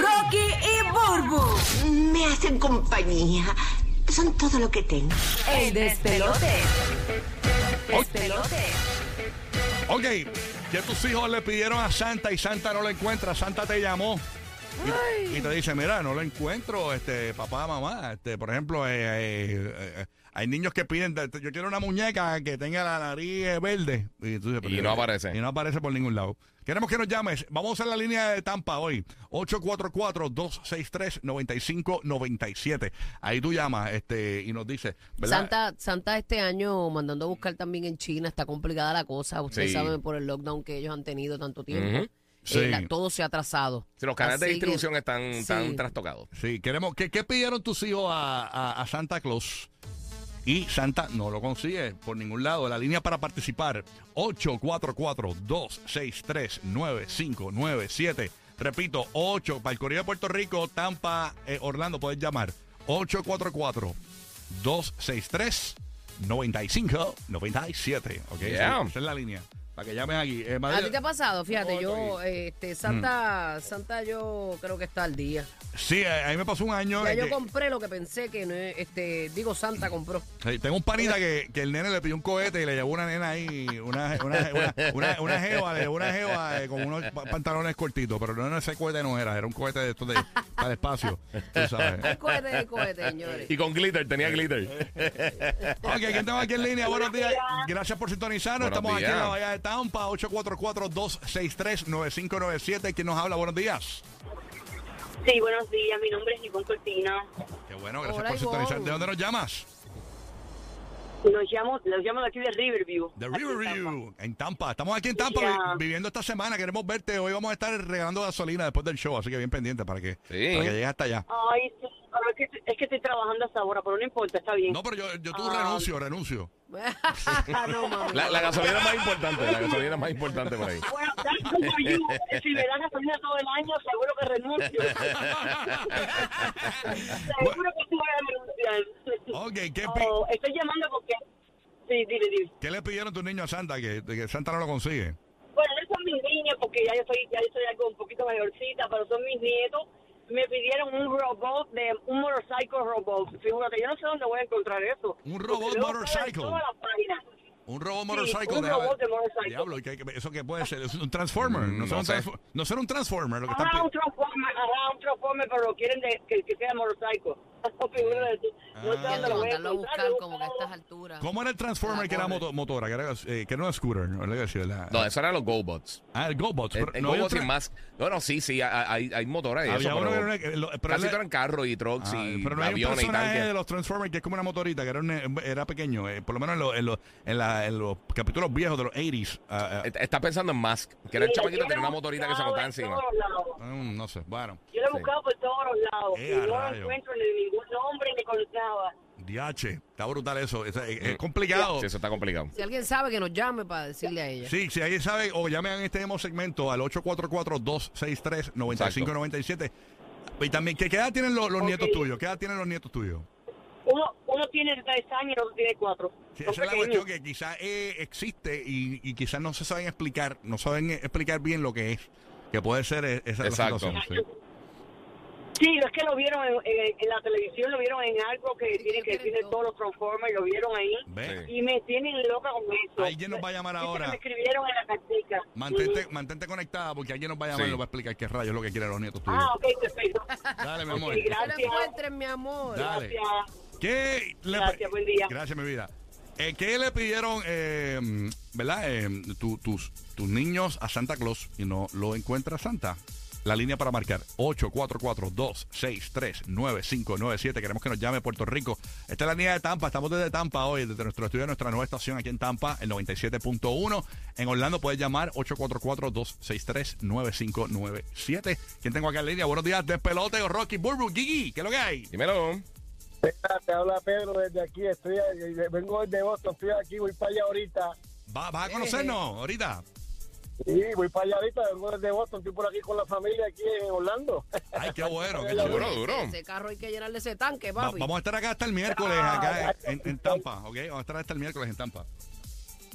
Rocky y Burbu, Me hacen compañía. Son todo lo que tengo. el despelote. Despelote. Ok, que tus hijos le pidieron a Santa y Santa no lo encuentra, Santa te llamó y, y te dice, mira, no lo encuentro, este, papá, mamá. Este, por ejemplo, eh, eh, eh, hay niños que piden, de- yo quiero una muñeca que tenga la nariz eh, verde. Y, tú dices, Y no aparece. Y no aparece por ningún lado. Queremos que nos llames. Vamos a usar la línea de Tampa hoy. 844-263-9597. Ahí tú llamas este, y nos dices, ¿verdad? Santa, Santa este año mandando a buscar también en China, está complicada la cosa, ustedes Sí. saben por el lockdown que ellos han tenido tanto tiempo. Ujú. Eh, Sí. la- todo se ha atrasado. Si los canales de Así que- distribución están sí. tan trastocados. Sí, queremos. ¿Qué, qué pidieron tus hijos a, a- a Santa Claus? Y Santa no lo consigue por ningún lado. La línea para participar: 844-263-9597. Repito, 8 para el Correo de Puerto Rico, Tampa, eh, Orlando, puedes llamar. 844-263-9597. Ok, Yeah. esa es la línea. Para que llames aquí. Eh, ¿A Madrid- ti te ha pasado? Fíjate, Otro yo, este, Santa, Santa yo creo que está al día. sí, eh, a mí me pasó un año. Ya eh, yo que- compré lo que pensé que no, es- este, digo Santa compró. Sí, tengo un panita que, que el nene le pidió un cohete y le llevó una nena ahí, una, una, una, una, una jeva, le llevó una jeva eh, con unos pa- pantalones cortitos, pero no, no, ese cohete no era, era un cohete de estos de, para el espacio, tú sabes. Cohete de cohete, señores. Y con glitter, tenía glitter. Ok, ¿quién tengo aquí en línea? Buenos días, gracias por sintonizarnos, Buenos estamos aquí en la días. Bahía de Tampa, 844-263-9597, ¿quién nos habla? Buenos días. Sí, buenos días. Mi nombre es Ivonne Cortina. Qué bueno, gracias Hola, por sintonizar. Ivonne. ¿De dónde nos llamas? Los llamo, los llamo de aquí de Riverview. De Aquí en Tampa. Riverview, en Tampa. Estamos aquí en Tampa vi- Yeah. viviendo esta semana. Queremos verte. Hoy vamos a estar regalando gasolina después del show, así que bien pendiente para que, Sí. para que llegues hasta allá. Ay, sí, pero es, que, es que estoy trabajando hasta ahora, pero no importa, está bien. No, pero yo, yo tú Ah. renuncio, renuncio. no, mami. La, la gasolina es más importante, la gasolina es más importante por ahí. Bueno, that's good for you. si me dan gasolina todo el año, seguro que renuncio. seguro que sí voy a renunciar. Ok, ¿qué, pi- Oh, estoy llamando porque... Sí, dile, dile. qué le pidieron tus niños a Santa? Que, que Santa no lo consigue. Bueno, no son mis niños porque ya yo soy, ya yo soy algo un poquito mayorcita, pero son mis nietos. Me pidieron un robot de un motorcycle robot. Fíjate, yo no sé dónde voy a encontrar eso. Un robot Porque luego está en motorcycle. todas las páginas. Un robot Sí, motorcycle. un deja- robot de motorcycle. Diablo, ¿y qué- qué- ¿eso qué puede ser? ¿Es un transformer? Mm, no, será no un sé. transfo- no será un transformer lo que están Ajá, Ah, un pidiendo. transformer, ajá, un transformer, pero lo quieren de, que, que sea motorcycle. Figúrate tú. no sé Ah. dónde lo voy a mandarlo a encontrar. buscar yo como que a buscaba- estas alturas. ¿Cómo era el transformer Ah, que era corre. moto- motora? Que era, eh, que era un scooter, ¿no? Le iba a decir, la- No, eso eran los GoBots. Ah, el GoBots. El, pero el no había GoBots un tra- sin más. No, no, sí, sí, hay- hay, hay motores y Había eso, uno que pero era una- eh, lo- pero casi era- todo eran carros y trucks Ah, y pero no hay un aviones y personaje de tanques. los Transformers que es como una motorita, que era, un- era pequeño, eh, por lo menos en, los- en los- en la- en los capítulos viejos de los 80s. ah, ah, Est- Estás pensando en Musk, que era el Mira, chamaquito que yo tenía lo una he motorita que se buscado montaba en encima. todos lados. mm, no sé, bueno. Yo lo Sí. he buscado por todos lados. Eh, Y no a lo rayos. encuentro ni ningún nombre ni con nada. DH, está brutal eso. Es, eh, es- es Mm. complicado. Sí, eso está complicado. Si alguien sabe que nos llame para decirle a ella. Sí, si alguien sabe, o llamen a este mismo segmento al 844-263-9597. Y también, ¿qué, qué edad tienen los, los Ok. nietos tuyos? ¿Qué edad tienen los nietos tuyos? Uno, uno tiene tres años y el otro tiene cuatro. Sí, Son esa es la pequeños. cuestión que quizás eh, existe y, y quizás no se saben explicar, no saben eh, explicar bien lo que es, que puede ser eh, esa la Exacto. situación, sí. Sí, es que lo vieron en, en- en la televisión, lo vieron en algo que Sí, tiene que que tienen tiene todo. todos los Transformers, lo vieron ahí. ¿Ves? Sí. Y me tienen loca con eso. Alguien nos va a llamar Dice que ahora. Me escribieron en la cartica. Mantente, mantente conectada porque alguien nos va a llamar y Sí. nos va a explicar qué rayos es lo que quieren los nietos tuyos. Ah, ok, perfecto. Dale, mi amor. Que Ok, lo Gracias. encuentren, mi amor. Da- Dale. Gracias. ¿Qué le- Gracias, buen día. Gracias, mi vida. Eh, ¿Qué le pidieron, eh, verdad, eh, tu- tus, tus niños a Santa Claus y no lo encuentra Santa? La línea para marcar 844-263-9597. Queremos que nos llame Puerto Rico. Esta es la línea de Tampa. Estamos desde Tampa hoy, desde nuestro estudio, nuestra nueva estación aquí en Tampa, el 97.1. En Orlando puedes llamar 844-263-9597. ¿Quién tengo acá en línea? Buenos días, Despelote o Rocky Burbu Gigi. ¿Qué es lo que hay? Dímelo. Mira, te habla Pedro desde aquí, estoy, eh, vengo de Boston, estoy aquí, voy para allá ahorita. Va- ¿Vas a Eh. conocernos ahorita? Sí, voy para allá ahorita, vengo desde Boston, estoy por aquí con la familia aquí en Orlando. Ay, qué bueno, qué chulo. Duro, duro. Ah, Ese carro hay que llenarle ese tanque, Va- papi. vamos a estar acá hasta el miércoles, Ah, acá en, en Tampa, ¿ok? Vamos a estar hasta el miércoles en Tampa.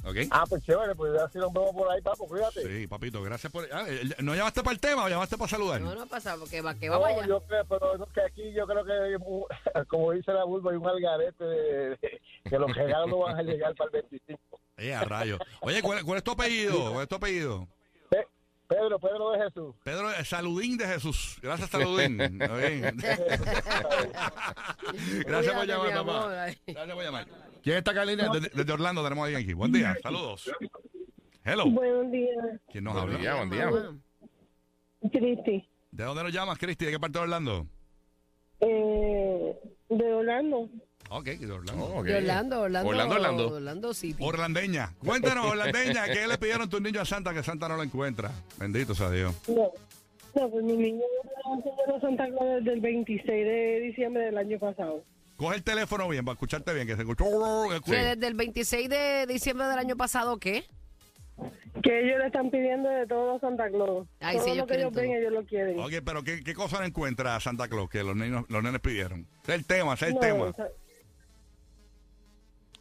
¿Ok? Ah, pues chévere, pues ya si nos vemos por ahí, papo, cuídate. Sí, papito, gracias por... ah, eh, ¿No llamaste para el tema o llamaste para saludar? No, no pasa, porque va, que No, vamos allá. yo creo, pero no, que aquí yo creo que, hay un- como dice la vulva, hay un algarete de, de- que los regalos no van a llegar para el 25. Eh, a rayo. Oye, ¿cuál, cuál es tu apellido? ¿Cuál es tu apellido? Pe- Pedro, Pedro de Jesús. Pedro eh, Saludín de Jesús. Gracias, Saludín. Está bien. gracias por Cuídate, mi llamar, amor. papá. Ay. Gracias por llamar. ¿Quién está acá en línea? Desde, desde Orlando tenemos a alguien aquí. Buen día, saludos. Hello. Buenos días, ¿Quién nos Buen habla? día, buen día. Mamá. Cristi. ¿De dónde nos llamas, Cristi? ¿De qué parte de Orlando? Eh, de Orlando. Ok, de Orlando. Oh, ok. De Orlando, Orlando. Orlando, Orlando. Orlando City. Orlandeña, cuéntanos, Orlandeña, ¿qué le pidieron tus niños a Santa que Santa no lo encuentra? Bendito sea Dios. No, no pues mi niño era un señor de Santa Claus desde el 26 de diciembre del año pasado. Coge el teléfono bien para escucharte bien, que se escuchó. Que Desde el 26 de diciembre del año pasado, ¿qué? Que ellos le están pidiendo de todo a Santa Claus. Ay, todo sí, ellos lo que ellos quieren ven, todo. ellos lo quieren. Ok, pero ¿qué, qué cosa no encuentra Santa Claus que los niños, los nenes pidieron? Ese es el tema, ese es el No, tema. o sea,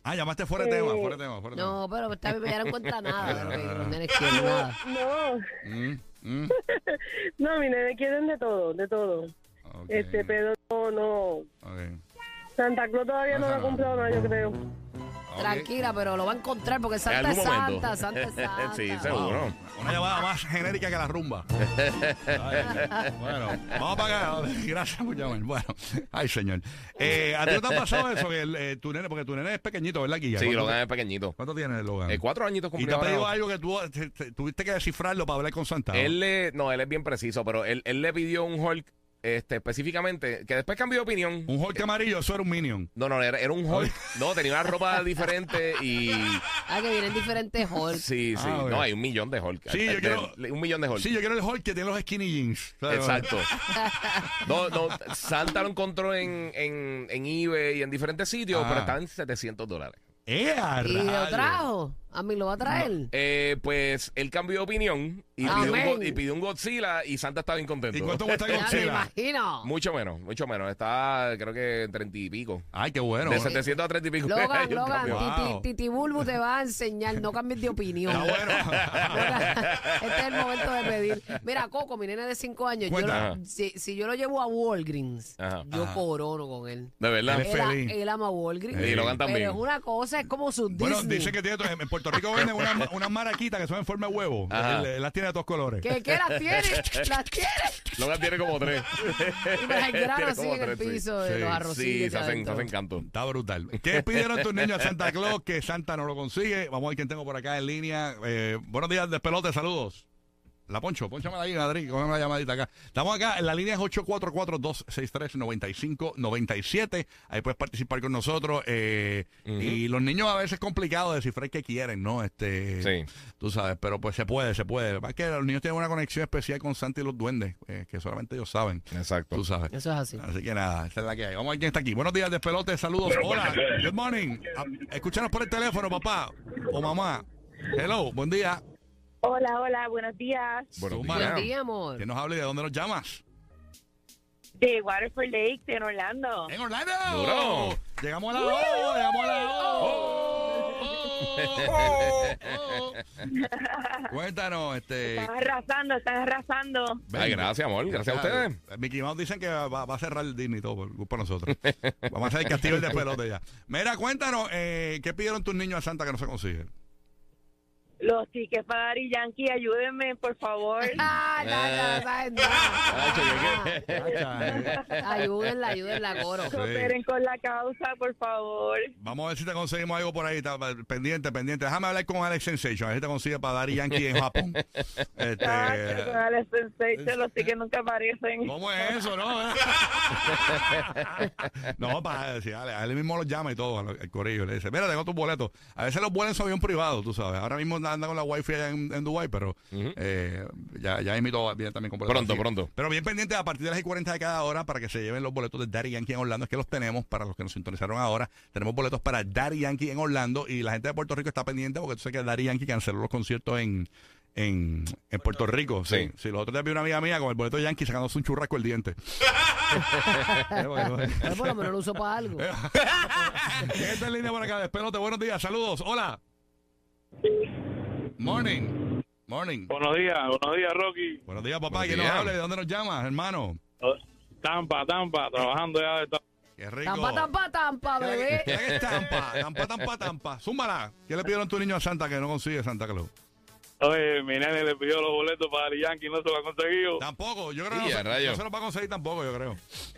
Ah, llamaste fuera de Eh, tema, fuera de tema, fuera de No, pero está bien, ya no encuentra Ah. nada. de lo que los nenes quieren, nada. no, tema. Mm, mm, no, mi nene quieren de todo, de todo. ok, Este, pero no, no. ok. Santa Claus todavía no lo ha cumplido, no, yo creo. Ok. Tranquila, pero lo va a encontrar porque En Santa algún es momento. Santa, Santa es Santa. sí, Wow, seguro. Una llamada más genérica que la rumba. Ay, bueno, vamos para acá. Gracias por llamar. Bueno, ay, señor. Eh, ¿A ti no te ha pasado eso? Que el, eh, tu nene, porque tu nene es pequeñito, ¿verdad, Guilla? Sí, ¿Cuánto- Logan es pequeñito. ¿Cuánto tiene Logan? Eh, cuatro añitos Ah. Y te ha cumplió pedido ahora. algo que tú te- te- tuviste que descifrarlo para hablar con Santa. ¿no? Él le, no, él es bien preciso, pero él, él le pidió un Hulk este, específicamente, que después cambió de opinión. Un Hulk amarillo, eso era un Minion. No, no, era, era un Hulk. No, tenía una ropa diferente y... Ah, que vienen diferentes Hulk. Sí, sí. Ah, bueno. no, hay un millón de Hulk. Sí, Hay- yo hay- quiero- de- Un millón de Hulk. Sí, yo quiero el Hulk que tiene los skinny jeans. ¿sabes? Exacto. No, no, Santa lo encontró en, en, en eBay y en diferentes sitios, Ah. pero estaba en 700 dólares. ¡Eh, a Y lo rayos! trajo. A mí lo va a traer. Eh, pues él cambió de opinión y Ah, pidió, un, amén. Go- y pidió un Godzilla y Santa estaba bien contento. ¿Y cuánto cuesta ya me Godzilla? imagino. Mucho menos, mucho menos. Está, creo que en 30 y pico. Ay, qué bueno. de 700 a 30 y pico. Hay Logan, un Logan, cambio. Wow. Titi, Titi Bulbu te va a enseñar, no cambies de opinión. Ah, Está bueno. este es el momento de pedir. Mira, Coco, mi nena de 5 años, yo Cuenta. lo- si, si yo lo llevo a Walgreens, Ajá. yo corono con él. De verdad. Él es Él, a- feliz. él ama Walgreens. Sí, Logan también. Pero es una cosa, es como su Bueno, Disney. dice que tiene to- en Puerto Rico venden unas unas maraquitas que son en forma de huevo. Ajá. Él- él las tiene de todos colores. ¿Qué, qué las tiene? ¿Las tiene? Logan tiene como tres. Y me las Tiene granos así como en el tres, sí. piso de Sí, los Sí, arrocillos. se hacen, se adentro. hacen canto. Está brutal. ¿Qué pidieron tus niños a Santa Claus que Santa no lo consigue? Vamos a ver quién tengo por acá en línea. Eh, buenos días, despelote, saludos. La Poncho, ponchame ahí, Madrid, cógeme la llamadita acá. Estamos acá, en la línea es 844-263-9597. Ahí puedes participar con nosotros. eh, Y los niños a veces es complicado descifrar qué quieren, ¿no? Este, Sí. Tú sabes, pero pues se puede, se puede. Lo que pasa Es que los niños tienen una conexión especial con Santa y los duendes, eh, que solamente ellos saben. Exacto. Tú sabes. Eso es Ah. así. Así que nada, esa es la que hay. Vamos a ver quién está aquí. Buenos días, despelote, saludos. Hola, good morning. Ah, Escúchanos por el teléfono, papá o mamá. Hello, buen día. Hola, hola, buenos días. Buenos Zumba. días. Buen día, amor. ¿Quién nos habla y de dónde nos llamas? De Waterford Lake, en Orlando. En Orlando. Duro. Llegamos a la O, llegamos a la O. Oh, oh, oh. Cuéntanos, este. Están arrasando, están arrasando. Ay, gracias, amor. Gracias a ustedes. eh, Mickey Mouse dicen que va, va a cerrar el Disney y todo por culpa de nosotros. Vamos a hacer el castigo y de pelote ya. Mira, cuéntanos, eh, ¿qué pidieron tus niños a Santa que no se consiguen? los tickets para Dari Yankee, ayúdenme, por favor. Ah, no, no, no, sabes Ah, nada. Ay, che, ¿qué? Ayúdenla, ayúdenla, coro. Sí. Eh, Cooperen con la causa, por favor. Vamos a ver si te conseguimos algo por ahí. está, eh, pendiente, pendiente. Déjame hablar con Alex Sensation. A ver si te consigue para Daddy Yankee en Japón. Este, Chacho, con Alex Sensation, los tickets nunca aparecen. eh, ¿Cómo es eso, no? eh? no, para decir, Ale, a él mismo los llama y todo, al, al corillo. Le dice, mira, tengo tus boletos. A veces los vuelan en su avión privado, tú sabes. Ahora mismo anda con la wifi allá en, en Dubái, pero eh, ya, ya invito viene también con boletos. Pronto, Así que- pronto. Pero bien pendiente a partir de las 40 de cada hora para que se lleven los boletos de Daddy Yankee en Orlando. Es que los tenemos para los que nos sintonizaron ahora. Tenemos boletos para Daddy Yankee en Orlando y la gente de Puerto Rico está pendiente porque tú sabes que Daddy Yankee canceló los conciertos en, en, en Puerto Rico. Sí. Sí. sí. los otros días vi una amiga mía con el boleto de Yankee sacándose un churrasco el diente. Eh, Pero por lo menos lo uso para algo. Esta es línea por acá. Despelote, buenos días. Saludos. Hola. Morning. Morning. Buenos días, buenos días, Rocky. Buenos días, papá. Buenos ¿Quién días. nos habla? ¿De dónde nos llamas, hermano? Tampa, Tampa, trabajando ya de ta- Qué rico. Tampa, tampa, tampa, Mira que- bebé. mira que es tampa, tampa, tampa, tampa. Zúmbala. ¿Qué le pidieron tu niño a Santa que no consigue Santa Claus? Oye, mi nene le pidió los boletos para el Yankee, no se lo ha conseguido. Tampoco, yo creo Sí, que a no, se- rayos. no se lo va a conseguir tampoco, yo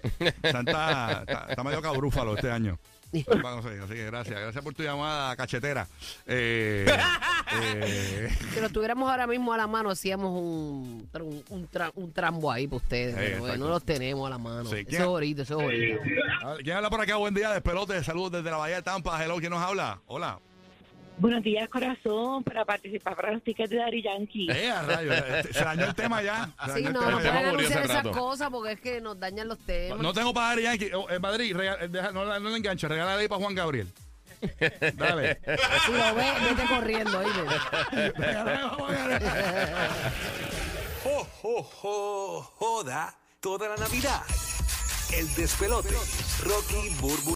creo. Santa está, está medio cabrúfalo este año. No lo va a conseguir, así que gracias. Gracias por tu llamada, cachetera. Eh, eh, Si lo tuviéramos ahora mismo a la mano, hacíamos un, tra- un, tra- un trambo ahí para ustedes. Sí, pero exacto. no los tenemos a la mano. Sí, eso ¿quién- es bonito, eso es bonito. a ver, ¿Quién habla por acá? Buen día, despelote. Saludos desde la Bahía de Tampa. Hello, ¿quién nos habla? Hola. Buenos días, corazón, para participar para los tickets de Dari Yankee. Eh, a rayos, eh, Se dañó el tema ya. Se Sí, dañó el no, tema no ya. tema pueden murió anunciar hace esas rato. cosas porque es que nos dañan los temas. No tengo para Daddy Yankee. Oh, eh, Madrid, regal- eh, deja- no, la- no le enganches. Regálale ahí para Juan Gabriel. Dale. Si lo ves, vete corriendo, oíste. Regálale para Juan Gabriel. ¡Jo, jo, jo! Joda toda la Navidad. El despelote. Rocky Burbu.